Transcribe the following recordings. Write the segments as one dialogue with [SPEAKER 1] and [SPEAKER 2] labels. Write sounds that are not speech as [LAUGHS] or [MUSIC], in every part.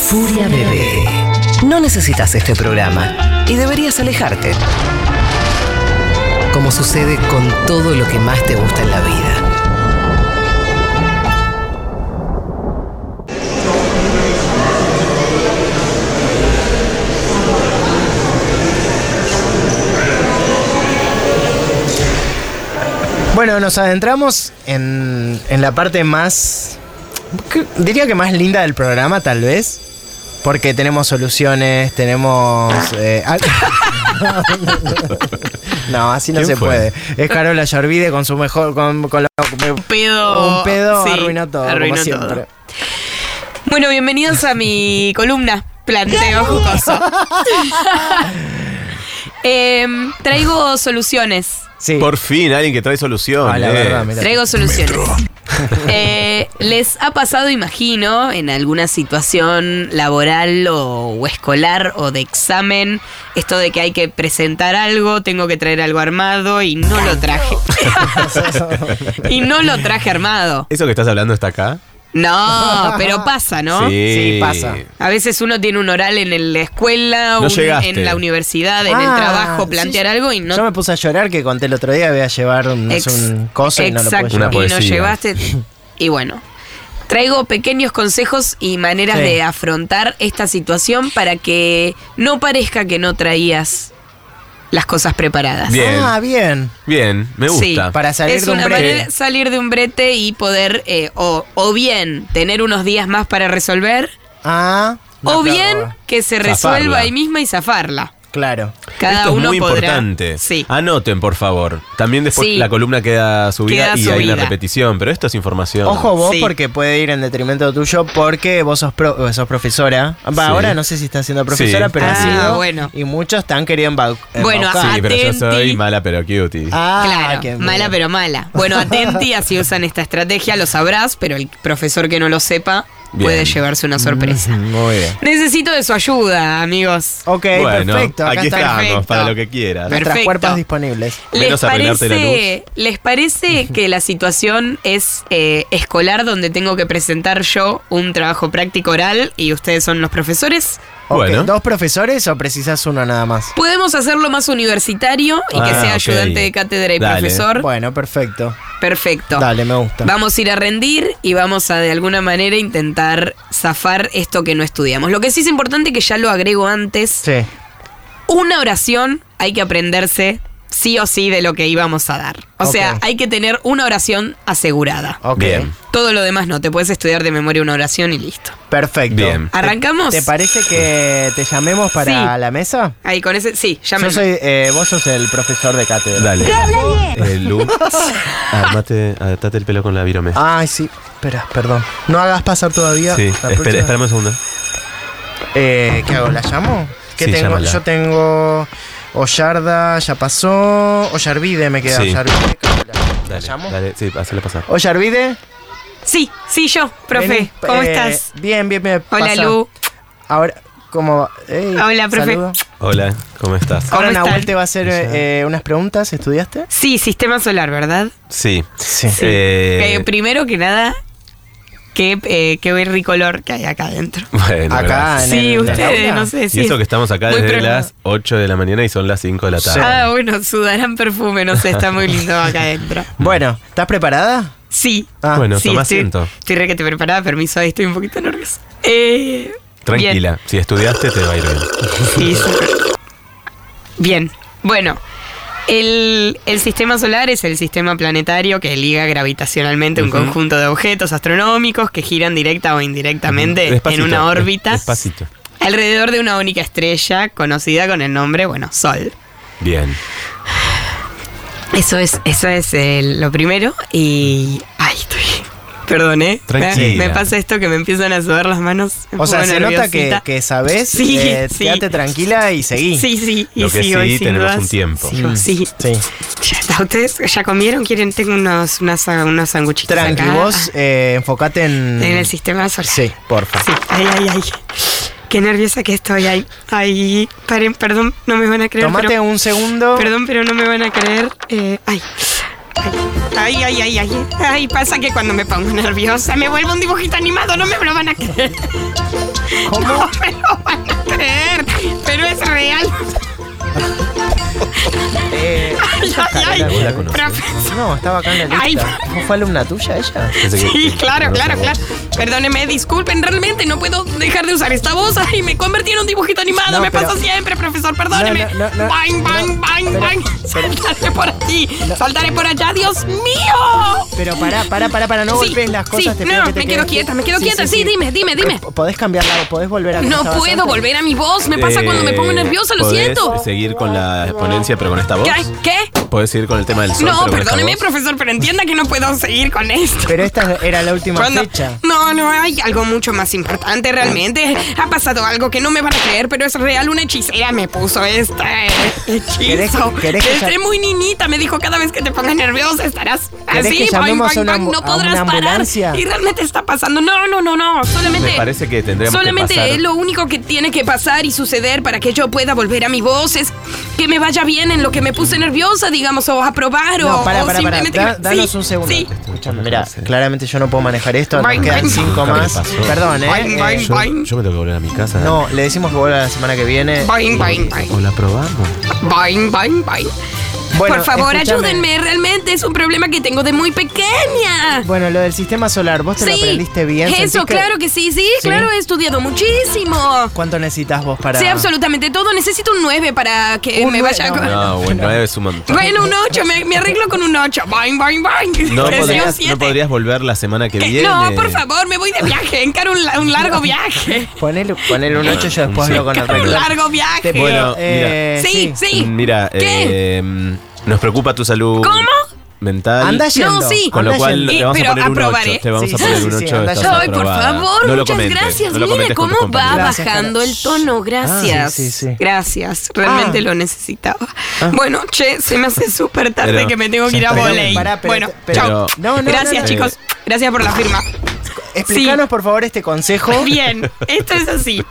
[SPEAKER 1] Furia Bebé. No necesitas este programa y deberías alejarte. Como sucede con todo lo que más te gusta en la vida.
[SPEAKER 2] Bueno, nos adentramos en, en la parte más. que- diría que más linda del programa, tal vez. Porque tenemos soluciones, tenemos. eh, al- [LAUGHS] no, así no
[SPEAKER 3] ¿Quién
[SPEAKER 2] se
[SPEAKER 3] fue?
[SPEAKER 2] puede. Es Carola Yorvide con su mejor. con, con la-
[SPEAKER 4] pedo.
[SPEAKER 2] un pedo
[SPEAKER 4] Oh, sí,
[SPEAKER 2] arruinó todo,
[SPEAKER 4] arruinó
[SPEAKER 2] como
[SPEAKER 4] todo.
[SPEAKER 2] siempre.
[SPEAKER 4] Bueno, bienvenidos a mi columna
[SPEAKER 2] [LAUGHS]
[SPEAKER 4] Planteo Jocoso. Em, traigo soluciones.
[SPEAKER 2] Sí.
[SPEAKER 3] Por fin, alguien que trae solución.
[SPEAKER 2] Ah, la
[SPEAKER 3] eh.
[SPEAKER 2] verdad, mirá. [LAUGHS]
[SPEAKER 4] Traigo soluciones. [LAUGHS] Eh, les ha pasado, imagino, en alguna situación laboral o, o escolar o de examen, esto de que hay que presentar algo, tengo que traer algo armado y no
[SPEAKER 2] [LAUGHS]
[SPEAKER 4] lo traje. [LAUGHS] y no lo traje armado.
[SPEAKER 3] ¿Eso que estás hablando está acá?
[SPEAKER 4] No, pero pasa, ¿no?
[SPEAKER 2] Sí, pasa.
[SPEAKER 4] A veces uno tiene un oral en el- la escuela,
[SPEAKER 3] No
[SPEAKER 4] un-
[SPEAKER 3] llegaste.
[SPEAKER 4] en la universidad, en
[SPEAKER 2] Ah,
[SPEAKER 4] el trabajo,
[SPEAKER 2] sí,
[SPEAKER 4] plantear
[SPEAKER 2] sí.
[SPEAKER 4] algo y no
[SPEAKER 2] Yo me puse a llorar que conté el otro día voy a llevar un, no sé,
[SPEAKER 4] Ex-
[SPEAKER 2] un coso y no lo puedo
[SPEAKER 4] exacto,
[SPEAKER 2] llevar.
[SPEAKER 3] Una
[SPEAKER 4] y no
[SPEAKER 3] poesía.
[SPEAKER 4] llevaste. Y bueno, traigo pequeños consejos y maneras
[SPEAKER 2] Sí.
[SPEAKER 4] de afrontar esta situación para que no parezca que no traías las cosas preparadas.
[SPEAKER 3] Bien. Ah.
[SPEAKER 2] Ah, bien.
[SPEAKER 3] Bien, me
[SPEAKER 4] Sí.
[SPEAKER 3] gusta.
[SPEAKER 2] Para salir
[SPEAKER 4] es
[SPEAKER 2] de un
[SPEAKER 4] una
[SPEAKER 2] brete.
[SPEAKER 4] manera de salir de un brete y poder eh, o, o bien tener unos días más para resolver
[SPEAKER 2] Ah.
[SPEAKER 4] o
[SPEAKER 2] no,
[SPEAKER 4] bien
[SPEAKER 2] claro.
[SPEAKER 4] que se
[SPEAKER 3] Zafarla.
[SPEAKER 4] resuelva ahí misma y zafarla.
[SPEAKER 2] Claro.
[SPEAKER 4] Cada
[SPEAKER 3] Esto es
[SPEAKER 4] uno
[SPEAKER 3] muy
[SPEAKER 4] podrá-
[SPEAKER 3] importante.
[SPEAKER 4] Sí.
[SPEAKER 2] Ah,
[SPEAKER 3] Anoten, por favor. También después
[SPEAKER 4] Sí.
[SPEAKER 3] la columna queda subida
[SPEAKER 4] Queda
[SPEAKER 3] y hay la
[SPEAKER 4] subida.
[SPEAKER 3] repetición, pero esto es información.
[SPEAKER 2] Ojo vos
[SPEAKER 4] Sí.
[SPEAKER 2] porque puede ir en detrimento tuyo porque vos sos, pro- eh, sos profesora. Va,
[SPEAKER 3] Sí.
[SPEAKER 2] Ahora no sé si estás siendo profesora,
[SPEAKER 3] Sí.
[SPEAKER 2] pero ha
[SPEAKER 4] Ah,
[SPEAKER 2] sido.
[SPEAKER 4] bueno.
[SPEAKER 2] Y muchos te han querido embau- embaucar.
[SPEAKER 4] Bueno,
[SPEAKER 3] Sí, pero yo
[SPEAKER 4] Atenti.
[SPEAKER 3] soy mala pero cutie.
[SPEAKER 2] Ah,
[SPEAKER 4] claro,
[SPEAKER 2] qué
[SPEAKER 4] mala
[SPEAKER 2] miedo.
[SPEAKER 4] pero mala. Bueno, atenti a si usan esta estrategia, lo sabrás, pero el profesor que no lo sepa puede
[SPEAKER 3] Bien.
[SPEAKER 4] llevarse una sorpresa.
[SPEAKER 2] Muy bien.
[SPEAKER 4] Necesito de su ayuda, amigos.
[SPEAKER 2] Ok,
[SPEAKER 3] [LAUGHS] bueno,
[SPEAKER 2] perfecto. Acá
[SPEAKER 3] aquí
[SPEAKER 2] están
[SPEAKER 3] estamos,
[SPEAKER 4] Perfecto.
[SPEAKER 3] para lo que quieras.
[SPEAKER 2] nuestras
[SPEAKER 4] Perfecto.
[SPEAKER 2] cuerpas disponibles.
[SPEAKER 4] ¿Les
[SPEAKER 3] Menos arreglarte la
[SPEAKER 4] parece, ¿Les parece que la situación es eh, escolar donde tengo que presentar yo un trabajo práctico oral y ustedes son los profesores?
[SPEAKER 2] Ok,
[SPEAKER 3] Bueno.
[SPEAKER 2] ¿Dos profesores o precisas uno nada más?
[SPEAKER 4] Podemos hacerlo más universitario y que
[SPEAKER 3] Ah,
[SPEAKER 4] sea
[SPEAKER 3] ok.
[SPEAKER 4] ayudante de cátedra y
[SPEAKER 3] Dale.
[SPEAKER 4] profesor.
[SPEAKER 2] Bueno, perfecto.
[SPEAKER 4] Perfecto.
[SPEAKER 2] Dale, me gusta.
[SPEAKER 4] Vamos a ir a rendir y vamos a de alguna manera intentar zafar esto que no estudiamos. Lo que sí es importante, que ya lo agrego antes,
[SPEAKER 2] Sí.
[SPEAKER 4] una oración hay que aprenderse sí o sí de lo que íbamos a dar. O
[SPEAKER 2] Ok.
[SPEAKER 4] sea, hay que tener una oración asegurada.
[SPEAKER 2] Ok.
[SPEAKER 3] Bien.
[SPEAKER 4] Todo lo demás no, te puedes estudiar de memoria una oración y listo.
[SPEAKER 2] Perfecto.
[SPEAKER 3] Bien.
[SPEAKER 4] ¿Arrancamos?
[SPEAKER 2] ¿Te parece que te llamemos para
[SPEAKER 4] Sí.
[SPEAKER 2] la mesa?
[SPEAKER 4] Ahí con ese, sí, ya
[SPEAKER 2] Yo soy, eh, vos sos el profesor de cátedra.
[SPEAKER 3] Dale. Eh, Lu, armate, atate el pelo con la virome.
[SPEAKER 2] Ay, sí. Espera, perdón. No hagas pasar todavía.
[SPEAKER 3] sí,
[SPEAKER 2] Ah, la
[SPEAKER 3] espera,
[SPEAKER 2] próxima.
[SPEAKER 3] espérame un segundo.
[SPEAKER 2] Eh, ¿Qué hago? ¿La llamo? ¿Qué
[SPEAKER 3] Sí,
[SPEAKER 2] tengo?
[SPEAKER 3] llámala.
[SPEAKER 2] Yo tengo Ollarda, ya pasó. Ollarvide me queda.
[SPEAKER 3] Sí.
[SPEAKER 2] Ollarvide. ¿La
[SPEAKER 3] Dale,
[SPEAKER 2] llamo?
[SPEAKER 3] dale, sí, hazle pasar.
[SPEAKER 2] Ollarvide.
[SPEAKER 4] Sí, sí, yo, profe.
[SPEAKER 2] vení.
[SPEAKER 4] ¿Cómo
[SPEAKER 2] Eh,
[SPEAKER 4] estás?
[SPEAKER 2] Bien, bien, bien.
[SPEAKER 4] Hola,
[SPEAKER 2] pasa.
[SPEAKER 4] Lu.
[SPEAKER 2] Ahora, ¿cómo va? Ey,
[SPEAKER 4] Hola, profe.
[SPEAKER 2] saludo.
[SPEAKER 3] Hola, ¿cómo estás?
[SPEAKER 4] ¿Cómo
[SPEAKER 2] Ahora
[SPEAKER 4] están?
[SPEAKER 2] Nahuel te va a hacer eh, eh, unas preguntas. ¿Estudiaste?
[SPEAKER 4] Sí, sistema solar, ¿verdad?
[SPEAKER 3] Sí.
[SPEAKER 2] Sí.
[SPEAKER 4] Sí.
[SPEAKER 3] Eh,
[SPEAKER 4] Eh, primero que nada, qué, eh, qué rico olor que hay acá adentro.
[SPEAKER 3] bueno,
[SPEAKER 2] Acá
[SPEAKER 3] gracias.
[SPEAKER 2] Ah, en
[SPEAKER 4] Sí,
[SPEAKER 2] el- en el
[SPEAKER 4] ustedes,
[SPEAKER 2] aula.
[SPEAKER 4] no sé si.
[SPEAKER 3] Y eso que estamos acá
[SPEAKER 4] Muy
[SPEAKER 3] desde
[SPEAKER 4] pro-
[SPEAKER 3] las 8 de la mañana y son las 5 de la tarde.
[SPEAKER 4] Ah, bueno, sudarán perfume, no sé, está muy lindo
[SPEAKER 2] [LAUGHS]
[SPEAKER 4] acá adentro.
[SPEAKER 2] Bueno, ¿estás preparada?
[SPEAKER 4] Sí.
[SPEAKER 2] Ah,
[SPEAKER 3] bueno,
[SPEAKER 4] sí,
[SPEAKER 3] toma
[SPEAKER 4] estoy,
[SPEAKER 3] asiento.
[SPEAKER 4] Estoy re que te preparaba, permiso, ahí estoy un poquito nerviosa. Eh,
[SPEAKER 3] Tranquila, si estudiaste te va a ir bien.
[SPEAKER 4] Bien. Sí, súper. Bien. Bueno, el, el sistema solar es el sistema planetario que liga gravitacionalmente un
[SPEAKER 3] Ujú.
[SPEAKER 4] conjunto de objetos astronómicos que giran directa o indirectamente
[SPEAKER 3] Despacito,
[SPEAKER 4] en una
[SPEAKER 3] des-
[SPEAKER 4] órbita
[SPEAKER 3] Despacito.
[SPEAKER 4] alrededor de una única estrella conocida con el nombre, bueno, Sol.
[SPEAKER 3] Bien.
[SPEAKER 4] Eso es, eso es eh, lo primero. Y. Ay, estoy. Perdón, ¿eh? Me,
[SPEAKER 3] Tranquila.
[SPEAKER 4] me pasa esto que me empiezan a sudar las manos. me
[SPEAKER 2] O sea,
[SPEAKER 4] pongo
[SPEAKER 2] se nota que,
[SPEAKER 4] nerviosita.
[SPEAKER 2] que sabes.
[SPEAKER 4] Sí,
[SPEAKER 2] eh,
[SPEAKER 4] sí.
[SPEAKER 2] Quédate tranquila y seguí. Mm.
[SPEAKER 4] Sí, sí, y
[SPEAKER 3] Lo que
[SPEAKER 4] sí,
[SPEAKER 3] sí,
[SPEAKER 4] hoy sin
[SPEAKER 3] tenemos
[SPEAKER 4] dudas.
[SPEAKER 3] un tiempo.
[SPEAKER 4] Sí, sí.
[SPEAKER 2] Sí.
[SPEAKER 4] Ya está, ¿Ustedes ya comieron? ¿Quieren? Tengo unos, unas, unos sanguchitos.
[SPEAKER 2] Tranqui,
[SPEAKER 4] acá.
[SPEAKER 2] vos eh, enfocate en.
[SPEAKER 4] Ah, En el sistema solar.
[SPEAKER 2] Sí, porfa.
[SPEAKER 4] Sí. Ay, ay, ay. Qué nerviosa que estoy. Ay, ay. Paren, perdón, no me van a creer.
[SPEAKER 2] Tomate
[SPEAKER 4] pero-
[SPEAKER 2] un segundo.
[SPEAKER 4] Perdón, pero no me van a creer. eh, ay. Ay, ay, ay, ay. Ay, pasa que cuando me pongo nerviosa me vuelvo un dibujito animado. No me lo van a creer. No me lo van a creer. Pero es real.
[SPEAKER 2] Eh,
[SPEAKER 4] Ay, ay, ay.
[SPEAKER 3] ¿Vos la conocés?
[SPEAKER 4] Profesor.
[SPEAKER 2] no, estaba acá en la
[SPEAKER 4] Ay.
[SPEAKER 2] lista. ¿No fue alumna tuya ella?
[SPEAKER 3] Pensé que-
[SPEAKER 4] Sí, claro,
[SPEAKER 3] no sé,
[SPEAKER 4] claro,
[SPEAKER 3] vos.
[SPEAKER 4] claro. Perdóneme, disculpen, realmente no puedo dejar de usar esta voz. Ay, me convertí en un dibujito animado.
[SPEAKER 2] No,
[SPEAKER 4] me
[SPEAKER 2] pero-
[SPEAKER 4] pasa siempre, profesor, perdóneme.
[SPEAKER 2] No, no, no, no,
[SPEAKER 4] bang, bang,
[SPEAKER 2] no,
[SPEAKER 4] bang,
[SPEAKER 2] pero-
[SPEAKER 4] bang. Saltaré por aquí, saltaré por allá, Dios mío.
[SPEAKER 2] Pero pará, pará, pará, para no
[SPEAKER 4] Sí,
[SPEAKER 2] golpees las cosas.
[SPEAKER 4] sí,
[SPEAKER 2] te pido
[SPEAKER 4] no,
[SPEAKER 2] que te
[SPEAKER 4] me quedo
[SPEAKER 2] quedes-
[SPEAKER 4] quieta, me quedo quieta. Sí, dime, dime, dime.
[SPEAKER 2] P- Podés cambiarla, podés volver a. como
[SPEAKER 4] No
[SPEAKER 2] estabas
[SPEAKER 4] puedo
[SPEAKER 2] antes?
[SPEAKER 4] volver a mi voz, me pasa cuando me pongo
[SPEAKER 3] Eh,
[SPEAKER 4] nerviosa, lo
[SPEAKER 3] podés
[SPEAKER 4] siento.
[SPEAKER 3] seguir con la exponencia, pero con esta voz.
[SPEAKER 4] ¿Qué? ¿Qué?
[SPEAKER 3] Podés seguir con el tema del sol.
[SPEAKER 4] No,
[SPEAKER 3] pero con esta
[SPEAKER 4] perdóneme,
[SPEAKER 3] voz.
[SPEAKER 4] profesor, pero entienda que no puedo seguir con esto.
[SPEAKER 2] Pero esta era la última
[SPEAKER 4] Cuando-
[SPEAKER 2] fecha.
[SPEAKER 4] No, no, hay algo mucho más importante realmente. Ha pasado algo que no me van a creer, pero es real. Una hechicera me puso este hechizo.
[SPEAKER 2] ¿Querés- querés que
[SPEAKER 4] Desde
[SPEAKER 2] ya-
[SPEAKER 4] muy niñita me dijo, cada vez que te pongas nerviosa estarás
[SPEAKER 2] ¿Querés
[SPEAKER 4] así,
[SPEAKER 2] que
[SPEAKER 4] bang,
[SPEAKER 2] llamemos
[SPEAKER 4] bang,
[SPEAKER 2] a una
[SPEAKER 4] bang,
[SPEAKER 2] ambu-
[SPEAKER 4] no
[SPEAKER 2] a
[SPEAKER 4] podrás
[SPEAKER 2] una
[SPEAKER 4] parar.
[SPEAKER 2] ambulancia?
[SPEAKER 4] Y realmente está pasando. No, no, no, no. Solamente...
[SPEAKER 3] Me parece que tendríamos que
[SPEAKER 4] Solamente
[SPEAKER 3] pasar-
[SPEAKER 4] es lo único que tiene que pasar y suceder para que yo pueda volver a mi voz. Es que me vaya bien en lo que me puse nerviosa, digamos, o aprobar o,
[SPEAKER 2] No, pará, pará,
[SPEAKER 4] o
[SPEAKER 2] pará.
[SPEAKER 4] simplemente...
[SPEAKER 2] Da-
[SPEAKER 4] que-
[SPEAKER 2] danos
[SPEAKER 4] sí,
[SPEAKER 2] un segundo.
[SPEAKER 4] Sí.
[SPEAKER 2] Escuchame, mira, claramente yo no puedo manejar esto. Nos
[SPEAKER 4] Bang,
[SPEAKER 2] quedan
[SPEAKER 4] bang.
[SPEAKER 2] cinco
[SPEAKER 3] Nunca me
[SPEAKER 2] más.
[SPEAKER 3] pasó.
[SPEAKER 2] Perdón, eh.
[SPEAKER 4] Bang, bang.
[SPEAKER 2] Eh,
[SPEAKER 3] Yo, yo me tengo que volver a mi casa.
[SPEAKER 2] No, le decimos que vuelva la semana que viene.
[SPEAKER 4] Boing, boing, boing.
[SPEAKER 3] O la probamos.
[SPEAKER 4] Boing, boing, boing.
[SPEAKER 2] Bueno,
[SPEAKER 4] Por favor,
[SPEAKER 2] escúchame.
[SPEAKER 4] ayúdenme. Realmente es un problema que tengo de muy pequeña.
[SPEAKER 2] Bueno, lo del sistema solar, ¿vos te lo aprendiste bien? ¿Sentís
[SPEAKER 4] Eso, claro que sí, sí,
[SPEAKER 2] ¿Sí?
[SPEAKER 4] claro, he estudiado muchísimo.
[SPEAKER 2] ¿Cuánto necesitas vos para.?
[SPEAKER 4] Sé absolutamente todo. Necesito un 9 para que
[SPEAKER 2] Un
[SPEAKER 4] me
[SPEAKER 2] nueve,
[SPEAKER 4] vaya.
[SPEAKER 2] no,
[SPEAKER 4] con-
[SPEAKER 3] No, bueno, nueve es un montón.
[SPEAKER 4] Bueno, un 8, me, me arreglo con un 8. Boing, boing, boing. [LAUGHS]
[SPEAKER 3] No
[SPEAKER 4] Creció
[SPEAKER 3] podrías,
[SPEAKER 4] siete.
[SPEAKER 3] no podrías volver la semana que
[SPEAKER 4] Eh,
[SPEAKER 3] viene.
[SPEAKER 4] No, por favor, me voy de viaje. Encaro un, la-
[SPEAKER 2] [LAUGHS]
[SPEAKER 4] un largo viaje.
[SPEAKER 2] Ponele, ponele un 8 y yo después
[SPEAKER 3] Sí.
[SPEAKER 2] lo con el
[SPEAKER 4] Encaro un
[SPEAKER 2] reclamo.
[SPEAKER 4] largo viaje.
[SPEAKER 3] puedo- Bueno,
[SPEAKER 2] Eh,
[SPEAKER 4] sí, sí.
[SPEAKER 3] Mm, Mira,
[SPEAKER 4] ¿Qué?
[SPEAKER 3] eh, nos preocupa tu salud
[SPEAKER 4] ¿Cómo?
[SPEAKER 3] mental.
[SPEAKER 2] Anda yendo.
[SPEAKER 4] No, sí.
[SPEAKER 3] Con lo
[SPEAKER 2] anda
[SPEAKER 3] cual
[SPEAKER 2] yendo.
[SPEAKER 3] le vamos
[SPEAKER 4] Pero
[SPEAKER 3] a poner un
[SPEAKER 4] aprobaré.
[SPEAKER 3] 8. Te vamos
[SPEAKER 2] Sí,
[SPEAKER 3] a poner
[SPEAKER 2] sí,
[SPEAKER 3] un
[SPEAKER 2] sí,
[SPEAKER 3] 8.
[SPEAKER 2] anda
[SPEAKER 3] estás
[SPEAKER 2] yendo.
[SPEAKER 4] Ay, por
[SPEAKER 3] aprobada.
[SPEAKER 4] favor,
[SPEAKER 3] No lo
[SPEAKER 4] muchas
[SPEAKER 3] comentes,
[SPEAKER 4] gracias.
[SPEAKER 3] no lo
[SPEAKER 4] Mire
[SPEAKER 3] comentes con tus
[SPEAKER 4] cómo va
[SPEAKER 3] compañeros.
[SPEAKER 2] Gracias,
[SPEAKER 4] bajando
[SPEAKER 2] Carla.
[SPEAKER 4] el tono. Gracias.
[SPEAKER 3] Ah,
[SPEAKER 2] sí, sí, sí.
[SPEAKER 4] Gracias. Realmente
[SPEAKER 2] Ah.
[SPEAKER 4] lo necesitaba. Bueno, che, se me hace súper tarde
[SPEAKER 3] Pero-
[SPEAKER 4] que me tengo que ir a
[SPEAKER 2] Perdón,
[SPEAKER 4] volei.
[SPEAKER 2] pará, pero-
[SPEAKER 4] Bueno,
[SPEAKER 2] pero-
[SPEAKER 4] chao.
[SPEAKER 2] No, no, no,
[SPEAKER 4] gracias,
[SPEAKER 2] no.
[SPEAKER 4] chicos. Gracias por
[SPEAKER 2] [LAUGHS]
[SPEAKER 4] la firma.
[SPEAKER 2] Explícanos, por favor, este consejo.
[SPEAKER 4] Bien, esto
[SPEAKER 2] [LAUGHS]
[SPEAKER 4] es así.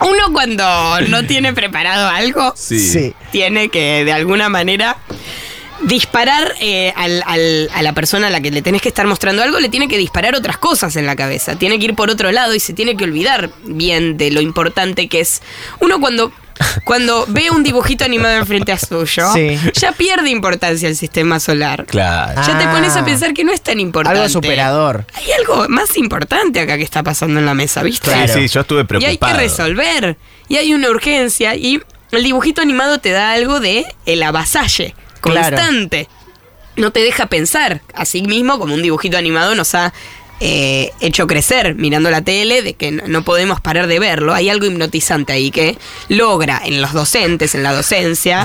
[SPEAKER 4] Uno cuando no tiene preparado algo,
[SPEAKER 3] Sí.
[SPEAKER 2] Sí.
[SPEAKER 4] tiene que de alguna manera disparar eh, al- al- a la persona a la que le tenés que estar mostrando algo, le tiene que disparar otras cosas en la cabeza, tiene que ir por otro lado y se tiene que olvidar bien de lo importante que es.
[SPEAKER 2] [LAUGHS]
[SPEAKER 4] Uno cuando... Cuando ve un dibujito animado enfrente a suyo,
[SPEAKER 2] Sí.
[SPEAKER 4] ya pierde importancia el sistema solar.
[SPEAKER 3] Claro.
[SPEAKER 4] Ya te
[SPEAKER 2] Ah.
[SPEAKER 4] pones a pensar que no es tan importante.
[SPEAKER 2] Algo superador.
[SPEAKER 4] Hay algo más importante acá que está pasando en la mesa, ¿viste?
[SPEAKER 2] Claro.
[SPEAKER 3] Sí, sí, yo estuve
[SPEAKER 4] Y
[SPEAKER 3] preocupado.
[SPEAKER 4] hay que
[SPEAKER 3] [LAUGHS]
[SPEAKER 4] resolver. Y hay una urgencia. Y el dibujito animado te da algo de el avasalle
[SPEAKER 2] Claro.
[SPEAKER 4] constante. No te deja pensar. Así mismo, como un dibujito animado nos ha eh, hecho crecer mirando la tele, de que no- no podemos parar de verlo. Hay algo hipnotizante ahí que logra en los docentes, en la docencia,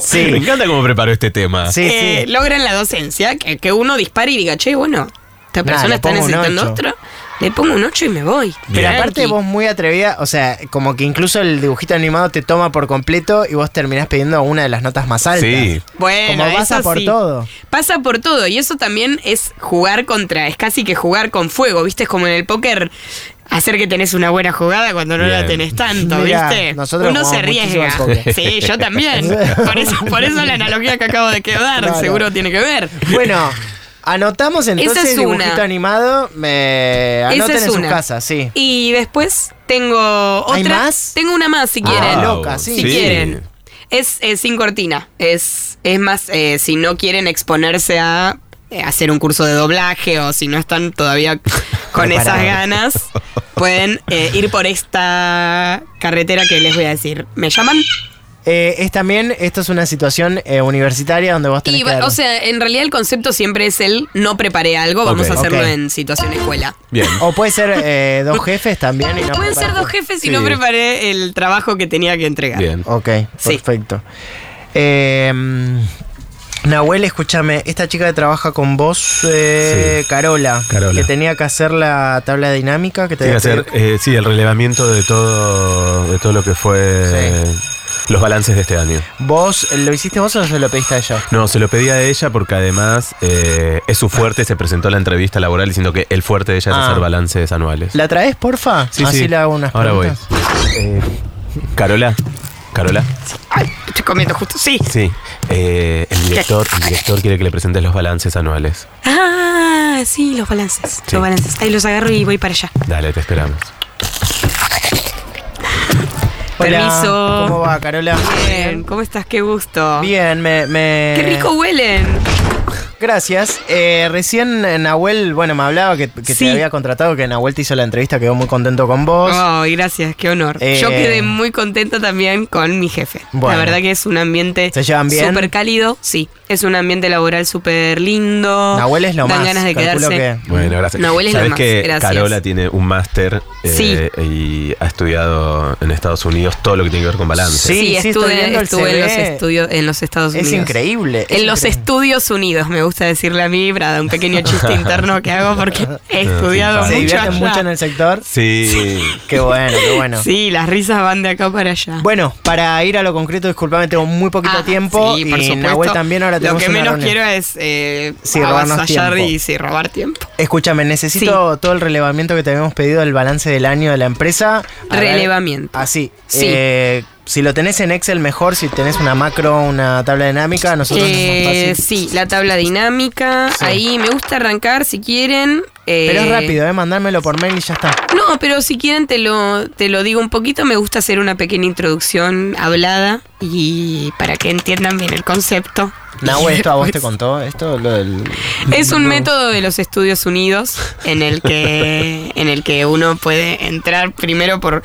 [SPEAKER 2] Sí.
[SPEAKER 3] Me encanta cómo preparo este tema.
[SPEAKER 2] [LAUGHS] Sí,
[SPEAKER 4] eh,
[SPEAKER 2] sí.
[SPEAKER 4] logra en la docencia que, que uno dispare y diga, che, bueno, esta
[SPEAKER 2] Nah,
[SPEAKER 4] persona
[SPEAKER 2] le
[SPEAKER 4] está
[SPEAKER 2] pongo un
[SPEAKER 4] necesitando
[SPEAKER 2] ocho".
[SPEAKER 4] otro. Le pongo un 8 y me voy.
[SPEAKER 2] Pero
[SPEAKER 4] Tranqui.
[SPEAKER 2] aparte vos muy atrevida, o sea, como que incluso el dibujito animado te toma por completo y vos terminás pidiendo una de las notas más altas.
[SPEAKER 3] Sí.
[SPEAKER 4] Bueno,
[SPEAKER 2] Como pasa
[SPEAKER 4] eso
[SPEAKER 2] por
[SPEAKER 4] sí.
[SPEAKER 2] todo.
[SPEAKER 4] Pasa por todo. Y eso también es jugar contra. Es casi que jugar con fuego, ¿viste? Es como en el póker. Hacer que tenés una buena jugada cuando no la
[SPEAKER 3] Bien.
[SPEAKER 4] tenés tanto,
[SPEAKER 2] Mirá,
[SPEAKER 4] ¿viste?
[SPEAKER 2] nosotros
[SPEAKER 4] Uno se
[SPEAKER 2] jugamos muchísimo
[SPEAKER 4] arriesga.
[SPEAKER 2] al póker.
[SPEAKER 4] Sí,
[SPEAKER 2] [LAUGHS]
[SPEAKER 4] yo también. Por eso, por eso la analogía que acabo de quedar,
[SPEAKER 2] Claro.
[SPEAKER 4] seguro tiene que ver.
[SPEAKER 2] Bueno, anotamos entonces
[SPEAKER 4] es una.
[SPEAKER 2] dibujito animado. Me
[SPEAKER 4] Esa
[SPEAKER 2] anoten
[SPEAKER 4] es
[SPEAKER 2] en su
[SPEAKER 4] una.
[SPEAKER 2] casa, sí.
[SPEAKER 4] Y después tengo otra.
[SPEAKER 2] ¿Hay más?
[SPEAKER 4] Tengo una más si quieren.
[SPEAKER 2] Ah, loca, sí.
[SPEAKER 4] si quieren. Es, eh, sin cortina. Es, es más, eh, si no quieren exponerse a eh, hacer un curso de doblaje o si no están
[SPEAKER 2] [LAUGHS]
[SPEAKER 4] todavía con esas
[SPEAKER 2] Preparados.
[SPEAKER 4] ganas, pueden eh, ir por esta carretera que les voy a decir. ¿Me llaman?
[SPEAKER 2] Eh, es también, esto es una situación eh, universitaria donde vos tenés
[SPEAKER 4] Y,
[SPEAKER 2] que dar-
[SPEAKER 4] o sea, en realidad el concepto siempre es el no preparé algo, vamos
[SPEAKER 3] Ok,
[SPEAKER 4] a hacerlo
[SPEAKER 2] ok.
[SPEAKER 4] en situación escuela.
[SPEAKER 3] Bien.
[SPEAKER 2] O puede ser eh, dos jefes también. Y no
[SPEAKER 4] Pueden ser dos jefes si no
[SPEAKER 3] Sí.
[SPEAKER 4] preparé el trabajo que tenía que entregar.
[SPEAKER 3] Bien.
[SPEAKER 2] Ok,
[SPEAKER 4] Sí.
[SPEAKER 2] perfecto. Eh, mm, Nahuel, escúchame, esta chica que trabaja con vos, eh,
[SPEAKER 3] Sí.
[SPEAKER 2] Carola,
[SPEAKER 3] Carola.
[SPEAKER 2] que tenía que hacer la tabla dinámica que te
[SPEAKER 3] Tiene que
[SPEAKER 2] había
[SPEAKER 3] hacer,
[SPEAKER 2] pedido.
[SPEAKER 3] eh, sí, el relevamiento de todo, de todo lo que fue los balances de este año.
[SPEAKER 2] ¿Vos eh, lo hiciste vos o se lo pediste a ella?
[SPEAKER 3] No, se lo pedí a ella porque además eh, es su fuerte, se presentó a la entrevista laboral diciendo que el fuerte de ella
[SPEAKER 2] Ah.
[SPEAKER 3] es hacer balances anuales.
[SPEAKER 2] ¿La traes, porfa?
[SPEAKER 3] Sí,
[SPEAKER 2] Así
[SPEAKER 3] sí.
[SPEAKER 2] le hago unas
[SPEAKER 3] Ahora
[SPEAKER 2] preguntas.
[SPEAKER 3] voy. Eh, Carola, Carola.
[SPEAKER 4] Ay, estoy comiendo justo. Sí.
[SPEAKER 3] Sí. Eh, el director, el director quiere que le presentes los balances anuales.
[SPEAKER 4] Ah, sí, los balances.
[SPEAKER 3] Sí.
[SPEAKER 4] Los balances. Ahí los agarro y voy para allá.
[SPEAKER 3] Dale, te esperamos.
[SPEAKER 2] Hola,
[SPEAKER 4] Permiso.
[SPEAKER 2] ¿Cómo va, Carola?
[SPEAKER 4] Bien, ¿cómo estás? Qué gusto.
[SPEAKER 2] Bien, me. me-
[SPEAKER 4] Qué rico huelen.
[SPEAKER 2] Gracias. Eh, recién eh, Nahuel, bueno, me hablaba que, que
[SPEAKER 4] Sí. Ah,
[SPEAKER 2] te había contratado, que Nahuel te hizo la entrevista, quedó muy contento con vos.
[SPEAKER 4] Ay, gracias, qué honor.
[SPEAKER 2] Eh,
[SPEAKER 4] Yo quedé muy contenta también con mi jefe.
[SPEAKER 2] Bueno.
[SPEAKER 4] la verdad que es un ambiente
[SPEAKER 2] ¿Se llevan bien?
[SPEAKER 4] súper cálido, sí. Es un ambiente laboral súper lindo.
[SPEAKER 2] Nahuel es lo
[SPEAKER 4] Dan
[SPEAKER 2] más.
[SPEAKER 4] ganas de
[SPEAKER 2] calculo
[SPEAKER 4] quedarse.
[SPEAKER 2] que-
[SPEAKER 3] Bueno, gracias.
[SPEAKER 4] Nahuel es lo
[SPEAKER 3] Sabés
[SPEAKER 4] más,
[SPEAKER 3] que
[SPEAKER 4] gracias.
[SPEAKER 3] Carola tiene un máster eh,
[SPEAKER 4] Sí.
[SPEAKER 3] y ha estudiado en Estados Unidos todo lo que tiene que ver con balance.
[SPEAKER 2] Sí, sí, estoy
[SPEAKER 4] estuve,
[SPEAKER 2] viendo el
[SPEAKER 4] estuve en los
[SPEAKER 2] CV.
[SPEAKER 4] estudios en los Estados
[SPEAKER 2] Es
[SPEAKER 4] Unidos.
[SPEAKER 2] increíble. es
[SPEAKER 4] En los
[SPEAKER 2] increíble.
[SPEAKER 4] Estudios Unidos, me gusta decirle a mí, Brada, un pequeño
[SPEAKER 2] [LAUGHS]
[SPEAKER 4] chiste interno que hago porque he estudiado
[SPEAKER 2] ¿Se
[SPEAKER 4] mucho.
[SPEAKER 2] divierten
[SPEAKER 4] allá.
[SPEAKER 2] mucho en el sector?
[SPEAKER 3] Sí.
[SPEAKER 2] Qué bueno, qué bueno.
[SPEAKER 4] Sí, las risas van de acá para allá.
[SPEAKER 2] Bueno, para ir a lo concreto, disculpame, tengo muy poquito
[SPEAKER 4] Ah,
[SPEAKER 2] tiempo.
[SPEAKER 4] sí,
[SPEAKER 2] y
[SPEAKER 4] por supuesto.
[SPEAKER 2] Nahuel también ahora
[SPEAKER 4] Lo
[SPEAKER 2] tenemos
[SPEAKER 4] que
[SPEAKER 2] una
[SPEAKER 4] menos
[SPEAKER 2] reunión.
[SPEAKER 4] quiero es eh,
[SPEAKER 2] Sí, robarnos
[SPEAKER 4] avasallar
[SPEAKER 2] tiempo.
[SPEAKER 4] y sí, robar tiempo.
[SPEAKER 2] Escúchame, necesito todo el relevamiento que te habíamos pedido del balance del año de la empresa. A ver,
[SPEAKER 4] Relevamiento.
[SPEAKER 2] Así.
[SPEAKER 4] Sí.
[SPEAKER 2] eh, si lo tenés en Excel, mejor. Si tenés una macro, una tabla dinámica, a nosotros nos es más
[SPEAKER 4] Eh,
[SPEAKER 2] fácil.
[SPEAKER 4] sí, la tabla dinámica.
[SPEAKER 2] Sí.
[SPEAKER 4] Ahí me gusta arrancar si quieren. eh,
[SPEAKER 2] Pero es rápido, ¿eh? Mandármelo por mail y ya está.
[SPEAKER 4] No, pero si quieren te lo, te lo digo un poquito. Me gusta hacer una pequeña introducción hablada y para que entiendan bien el concepto.
[SPEAKER 2] Nahuel, ¿esto a vos te
[SPEAKER 4] Pues,
[SPEAKER 2] contó? ¿Esto? Lo del...
[SPEAKER 4] Es un método de los Estudios Unidos en el que,
[SPEAKER 3] [LAUGHS]
[SPEAKER 4] en el que uno puede entrar primero por,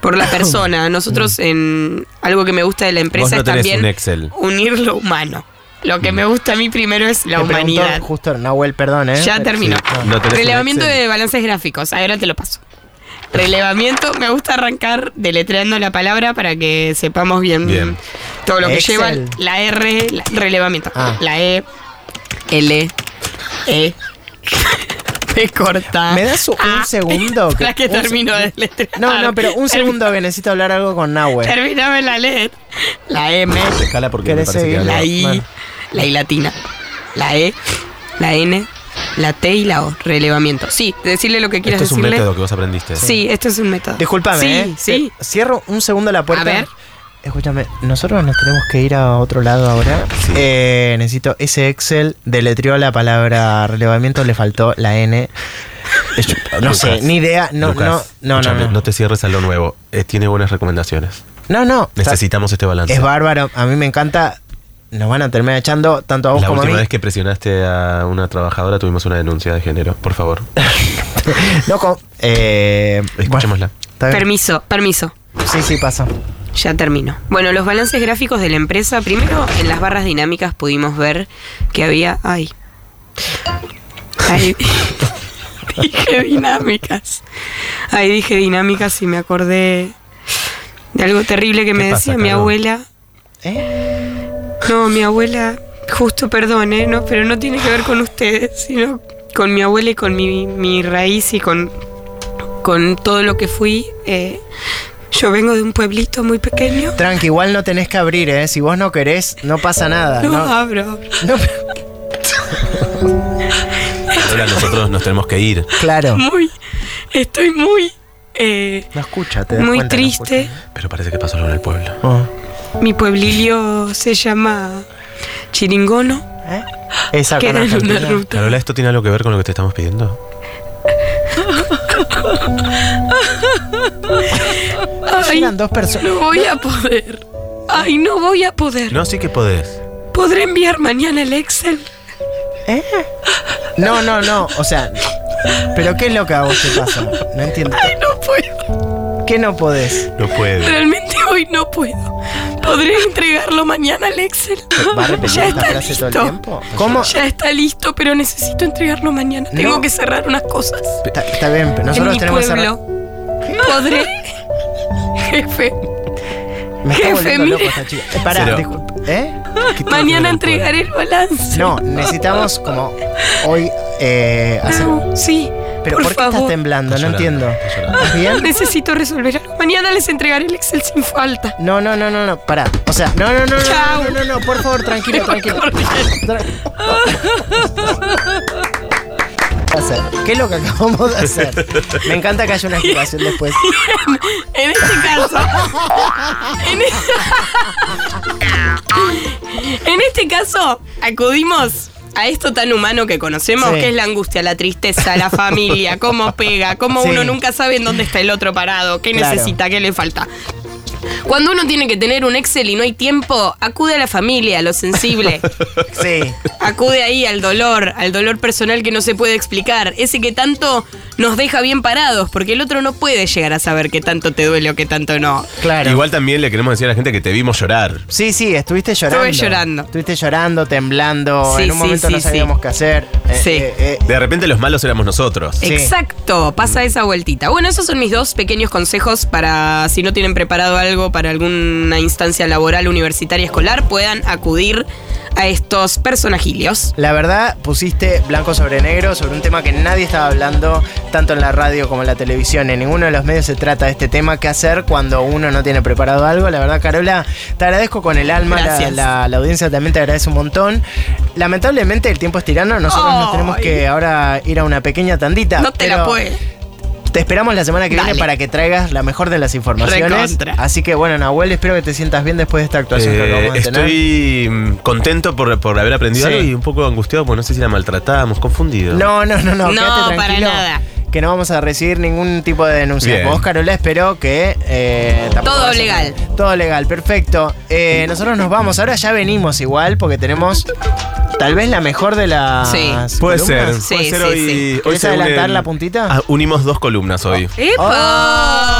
[SPEAKER 4] por la persona. Nosotros, en algo que me gusta de la
[SPEAKER 3] Mm. Vos
[SPEAKER 4] empresa
[SPEAKER 3] no
[SPEAKER 4] es
[SPEAKER 3] tenés un
[SPEAKER 4] también
[SPEAKER 3] Excel. Mm.
[SPEAKER 4] unir lo humano. Lo que me gusta a mí primero es la
[SPEAKER 2] Te preguntó
[SPEAKER 4] humanidad.
[SPEAKER 2] Justo, Nahuel, perdón, ¿eh?
[SPEAKER 4] Ya terminó.
[SPEAKER 3] No tenés un
[SPEAKER 4] Relevamiento
[SPEAKER 3] Excel.
[SPEAKER 4] de balances gráficos. Ahora te lo paso. Relevamiento, me gusta arrancar deletreando la palabra para que sepamos bien,
[SPEAKER 3] Bien.
[SPEAKER 4] todo lo que
[SPEAKER 2] Excel.
[SPEAKER 4] lleva. La R, la- relevamiento.
[SPEAKER 2] Ah.
[SPEAKER 4] La E, L, E. [LAUGHS] Me corta.
[SPEAKER 2] ¿Me das un
[SPEAKER 4] A,
[SPEAKER 2] segundo?
[SPEAKER 4] [LAUGHS] Para que
[SPEAKER 2] Un se-
[SPEAKER 4] termino de deletrear.
[SPEAKER 2] No, no, pero un segundo que necesito hablar algo con Nahuel.
[SPEAKER 4] Terminame la letra. La M,
[SPEAKER 3] Escala porque me
[SPEAKER 2] ¿Querés
[SPEAKER 3] parece que
[SPEAKER 2] seguir?
[SPEAKER 3] algo-
[SPEAKER 4] la I,
[SPEAKER 2] Bueno.
[SPEAKER 4] la I latina, la E, la N, la T y la O. Relevamiento. Sí, decirle lo que quieras
[SPEAKER 3] Esto es un
[SPEAKER 4] decirle.
[SPEAKER 3] método que vos aprendiste.
[SPEAKER 4] Sí, esto es un método.
[SPEAKER 2] Disculpame,
[SPEAKER 4] sí,
[SPEAKER 2] ¿eh?
[SPEAKER 4] Sí,
[SPEAKER 2] Te- Cierro un segundo la puerta.
[SPEAKER 4] A ver.
[SPEAKER 2] Escúchame, nosotros nos tenemos que ir a otro lado ahora.
[SPEAKER 3] Sí.
[SPEAKER 2] Eh, necesito ese Excel, deletreó la palabra relevamiento, le faltó la N. Eh, yo- No
[SPEAKER 3] Lucas,
[SPEAKER 2] sé, ni idea. No,
[SPEAKER 3] Lucas,
[SPEAKER 2] no, no,
[SPEAKER 3] escúchame,
[SPEAKER 2] no, no.
[SPEAKER 3] te cierres a lo nuevo. Eh, tiene buenas recomendaciones.
[SPEAKER 2] No, no.
[SPEAKER 3] Necesitamos este balance.
[SPEAKER 2] Es bárbaro, a mí me encanta. Nos van a terminar echando tanto a vos
[SPEAKER 3] La
[SPEAKER 2] como a
[SPEAKER 3] última
[SPEAKER 2] mí.
[SPEAKER 3] vez que presionaste a una trabajadora tuvimos una denuncia de género.
[SPEAKER 2] [LAUGHS]
[SPEAKER 3] Por favor,
[SPEAKER 2] Loco. Eh,
[SPEAKER 3] escuchémosla.
[SPEAKER 2] bueno, está bien.
[SPEAKER 4] permiso, permiso.
[SPEAKER 2] sí, sí, pasa.
[SPEAKER 4] Ya termino. Bueno, los balances gráficos de la empresa, primero en las barras dinámicas pudimos ver que había... Ay. Ay. [LAUGHS] dije dinámicas. Ay, dije dinámicas y me acordé de algo terrible que me
[SPEAKER 3] ¿Qué pasa,
[SPEAKER 4] decía mi
[SPEAKER 3] Carol?
[SPEAKER 4] abuela.
[SPEAKER 2] ¿Eh?
[SPEAKER 4] No, mi abuela, justo perdón, ¿eh? no, pero no tiene que ver con ustedes, sino con mi abuela y con mi, mi raíz y con, con todo lo que fui. eh. yo vengo de un pueblito muy pequeño.
[SPEAKER 2] Tranqui, igual no tenés que abrir, ¿eh? Si vos no querés, no pasa nada.
[SPEAKER 4] No,
[SPEAKER 2] Ah, No,
[SPEAKER 4] abro.
[SPEAKER 2] No, [LAUGHS] pero-
[SPEAKER 3] Ahora nosotros nos tenemos que ir.
[SPEAKER 2] claro.
[SPEAKER 4] Muy, estoy muy, eh,
[SPEAKER 2] No escucha, Oh. te das
[SPEAKER 4] muy
[SPEAKER 2] cuenta, no
[SPEAKER 4] triste.
[SPEAKER 3] Pero parece que pasó algo en el pueblo.
[SPEAKER 2] escucha.
[SPEAKER 4] Mi pueblilio se llama Chiringono,
[SPEAKER 2] Oh, ¿eh? Esa
[SPEAKER 4] que
[SPEAKER 2] con
[SPEAKER 4] era en una
[SPEAKER 2] Argentina.
[SPEAKER 4] ruta.
[SPEAKER 3] Carola, ¿esto tiene algo que ver con lo que te estamos pidiendo?
[SPEAKER 4] Ay,
[SPEAKER 2] Eran dos personas.
[SPEAKER 4] no voy a poder. Ay, no voy a poder.
[SPEAKER 3] No, sí que podés.
[SPEAKER 4] ¿Podré enviar mañana el Excel?
[SPEAKER 2] ¿Eh? No, no, no. O sea, ¿pero qué es lo que a vos te pasa? No entiendo.
[SPEAKER 4] Ay, no puedo.
[SPEAKER 2] ¿Qué no podés?
[SPEAKER 3] No puede.
[SPEAKER 4] Realmente hoy no puedo. ¿Podré entregarlo mañana al Excel?
[SPEAKER 2] ¿Va a repetir
[SPEAKER 4] Ya
[SPEAKER 2] esta
[SPEAKER 4] está
[SPEAKER 2] frase todo el
[SPEAKER 4] listo.
[SPEAKER 2] tiempo? ¿Cómo?
[SPEAKER 4] Ya está listo, pero necesito entregarlo mañana.
[SPEAKER 2] No.
[SPEAKER 4] Tengo que cerrar unas cosas.
[SPEAKER 2] Está, está bien, pero
[SPEAKER 4] en
[SPEAKER 2] nosotros
[SPEAKER 4] mi
[SPEAKER 2] tenemos que
[SPEAKER 4] pueblo.
[SPEAKER 2] [LAUGHS]
[SPEAKER 4] Podré. Jefe,
[SPEAKER 2] cerrar- Me está
[SPEAKER 4] Jefe,
[SPEAKER 2] volviendo loco
[SPEAKER 4] mire.
[SPEAKER 2] esta chica. Eh, Pará,
[SPEAKER 3] Cero.
[SPEAKER 2] disculpa. ¿Eh?
[SPEAKER 4] mañana entregaré el balance.
[SPEAKER 2] No, necesitamos como hoy eh, hacer.
[SPEAKER 4] No, sí.
[SPEAKER 2] Pero ¿por,
[SPEAKER 4] por,
[SPEAKER 2] qué estás
[SPEAKER 4] favor.
[SPEAKER 2] temblando?
[SPEAKER 3] Está
[SPEAKER 2] no
[SPEAKER 3] llorando,
[SPEAKER 2] entiendo.
[SPEAKER 3] está llorando.
[SPEAKER 2] ¿Estás bien?
[SPEAKER 4] Necesito resolver algo. Mañana les entregaré el Excel sin falta.
[SPEAKER 2] No, no, no, no, no, pará. O sea, no, no, no, no,
[SPEAKER 4] Chau.
[SPEAKER 2] no, no, no, no,
[SPEAKER 4] [LAUGHS]
[SPEAKER 2] por favor, tranquilo, tranquilo. Tra- que hacer. ¿Qué es lo que acabamos de hacer? Me encanta que haya una explicación después.
[SPEAKER 4] En este caso. En, e- en este caso, acudimos a esto tan humano que conocemos,
[SPEAKER 2] Sí.
[SPEAKER 4] que es la angustia, la tristeza, la familia, cómo pega, cómo
[SPEAKER 2] Sí.
[SPEAKER 4] uno nunca sabe en dónde está el otro parado, qué
[SPEAKER 2] Claro.
[SPEAKER 4] necesita, qué le falta. Cuando uno tiene que tener un Excel y no hay tiempo, acude a la familia, a
[SPEAKER 2] [LAUGHS]
[SPEAKER 4] lo sensible.
[SPEAKER 2] Sí.
[SPEAKER 4] Acude ahí al dolor, al dolor personal que no se puede explicar, ese que tanto nos deja bien parados, porque el otro no puede llegar a saber qué tanto te duele o qué tanto no.
[SPEAKER 2] Claro.
[SPEAKER 3] Igual también le queremos decir a la gente que te vimos llorar.
[SPEAKER 2] Sí, sí, estuviste llorando.
[SPEAKER 4] Estuve llorando.
[SPEAKER 2] Estuviste llorando, temblando.
[SPEAKER 4] Sí,
[SPEAKER 2] en un
[SPEAKER 4] sí,
[SPEAKER 2] momento
[SPEAKER 4] sí,
[SPEAKER 2] no
[SPEAKER 4] sí.
[SPEAKER 2] sabíamos qué hacer. Eh,
[SPEAKER 4] Sí.
[SPEAKER 2] eh, eh,
[SPEAKER 3] De repente los malos éramos nosotros.
[SPEAKER 2] Sí.
[SPEAKER 4] Exacto, pasa esa vueltita. Bueno, esos son mis dos pequeños consejos para si no tienen preparado algo para alguna instancia laboral, universitaria, escolar, puedan acudir a estos personajilios.
[SPEAKER 2] La verdad, pusiste blanco sobre negro sobre un tema que nadie estaba hablando, tanto en la radio como en la televisión. En ninguno de los medios se trata de este tema, qué hacer cuando uno no tiene preparado algo. La verdad, Carola, te agradezco con el alma, la,
[SPEAKER 4] Gracias.
[SPEAKER 2] la- la audiencia también te agradece un montón. Lamentablemente, el tiempo es tirano, nosotros nos tenemos
[SPEAKER 4] Ay.
[SPEAKER 2] que ahora ir a una pequeña tandita.
[SPEAKER 4] No te la
[SPEAKER 2] pero
[SPEAKER 4] puedes.
[SPEAKER 2] Te esperamos la semana que
[SPEAKER 4] Dale.
[SPEAKER 2] viene para que traigas la mejor de las informaciones.
[SPEAKER 4] Recontra.
[SPEAKER 2] Así que bueno, Nahuel, espero que te sientas bien después de esta actuación que
[SPEAKER 3] Eh,
[SPEAKER 2] acabamos de tener.
[SPEAKER 3] estoy mm, contento por, por haber aprendido
[SPEAKER 2] Sí.
[SPEAKER 3] algo y un poco angustiado porque no sé si la maltratábamos, confundido.
[SPEAKER 2] No, no, no, no.
[SPEAKER 4] No,
[SPEAKER 2] quédate
[SPEAKER 4] para
[SPEAKER 2] tranquilo,
[SPEAKER 4] nada.
[SPEAKER 2] Que no vamos a recibir ningún tipo de denuncia.
[SPEAKER 3] Bien.
[SPEAKER 2] Vos, Carola, espero que. eh, tampoco
[SPEAKER 4] Todo
[SPEAKER 2] vas a-
[SPEAKER 4] legal.
[SPEAKER 2] Todo legal, perfecto. Eh, nosotros nos vamos. Ahora ya venimos igual porque tenemos tal vez la mejor de las.
[SPEAKER 4] Sí.
[SPEAKER 3] Puede ser,
[SPEAKER 2] columnas.
[SPEAKER 4] Sí,
[SPEAKER 3] puede ser
[SPEAKER 4] sí,
[SPEAKER 3] hoy.
[SPEAKER 4] sí.
[SPEAKER 3] hoy
[SPEAKER 2] ¿Querés
[SPEAKER 3] se
[SPEAKER 2] adelantar
[SPEAKER 3] unen-
[SPEAKER 2] la puntita?
[SPEAKER 3] Ah, unimos dos columnas hoy.
[SPEAKER 4] ¡Epa! Oh.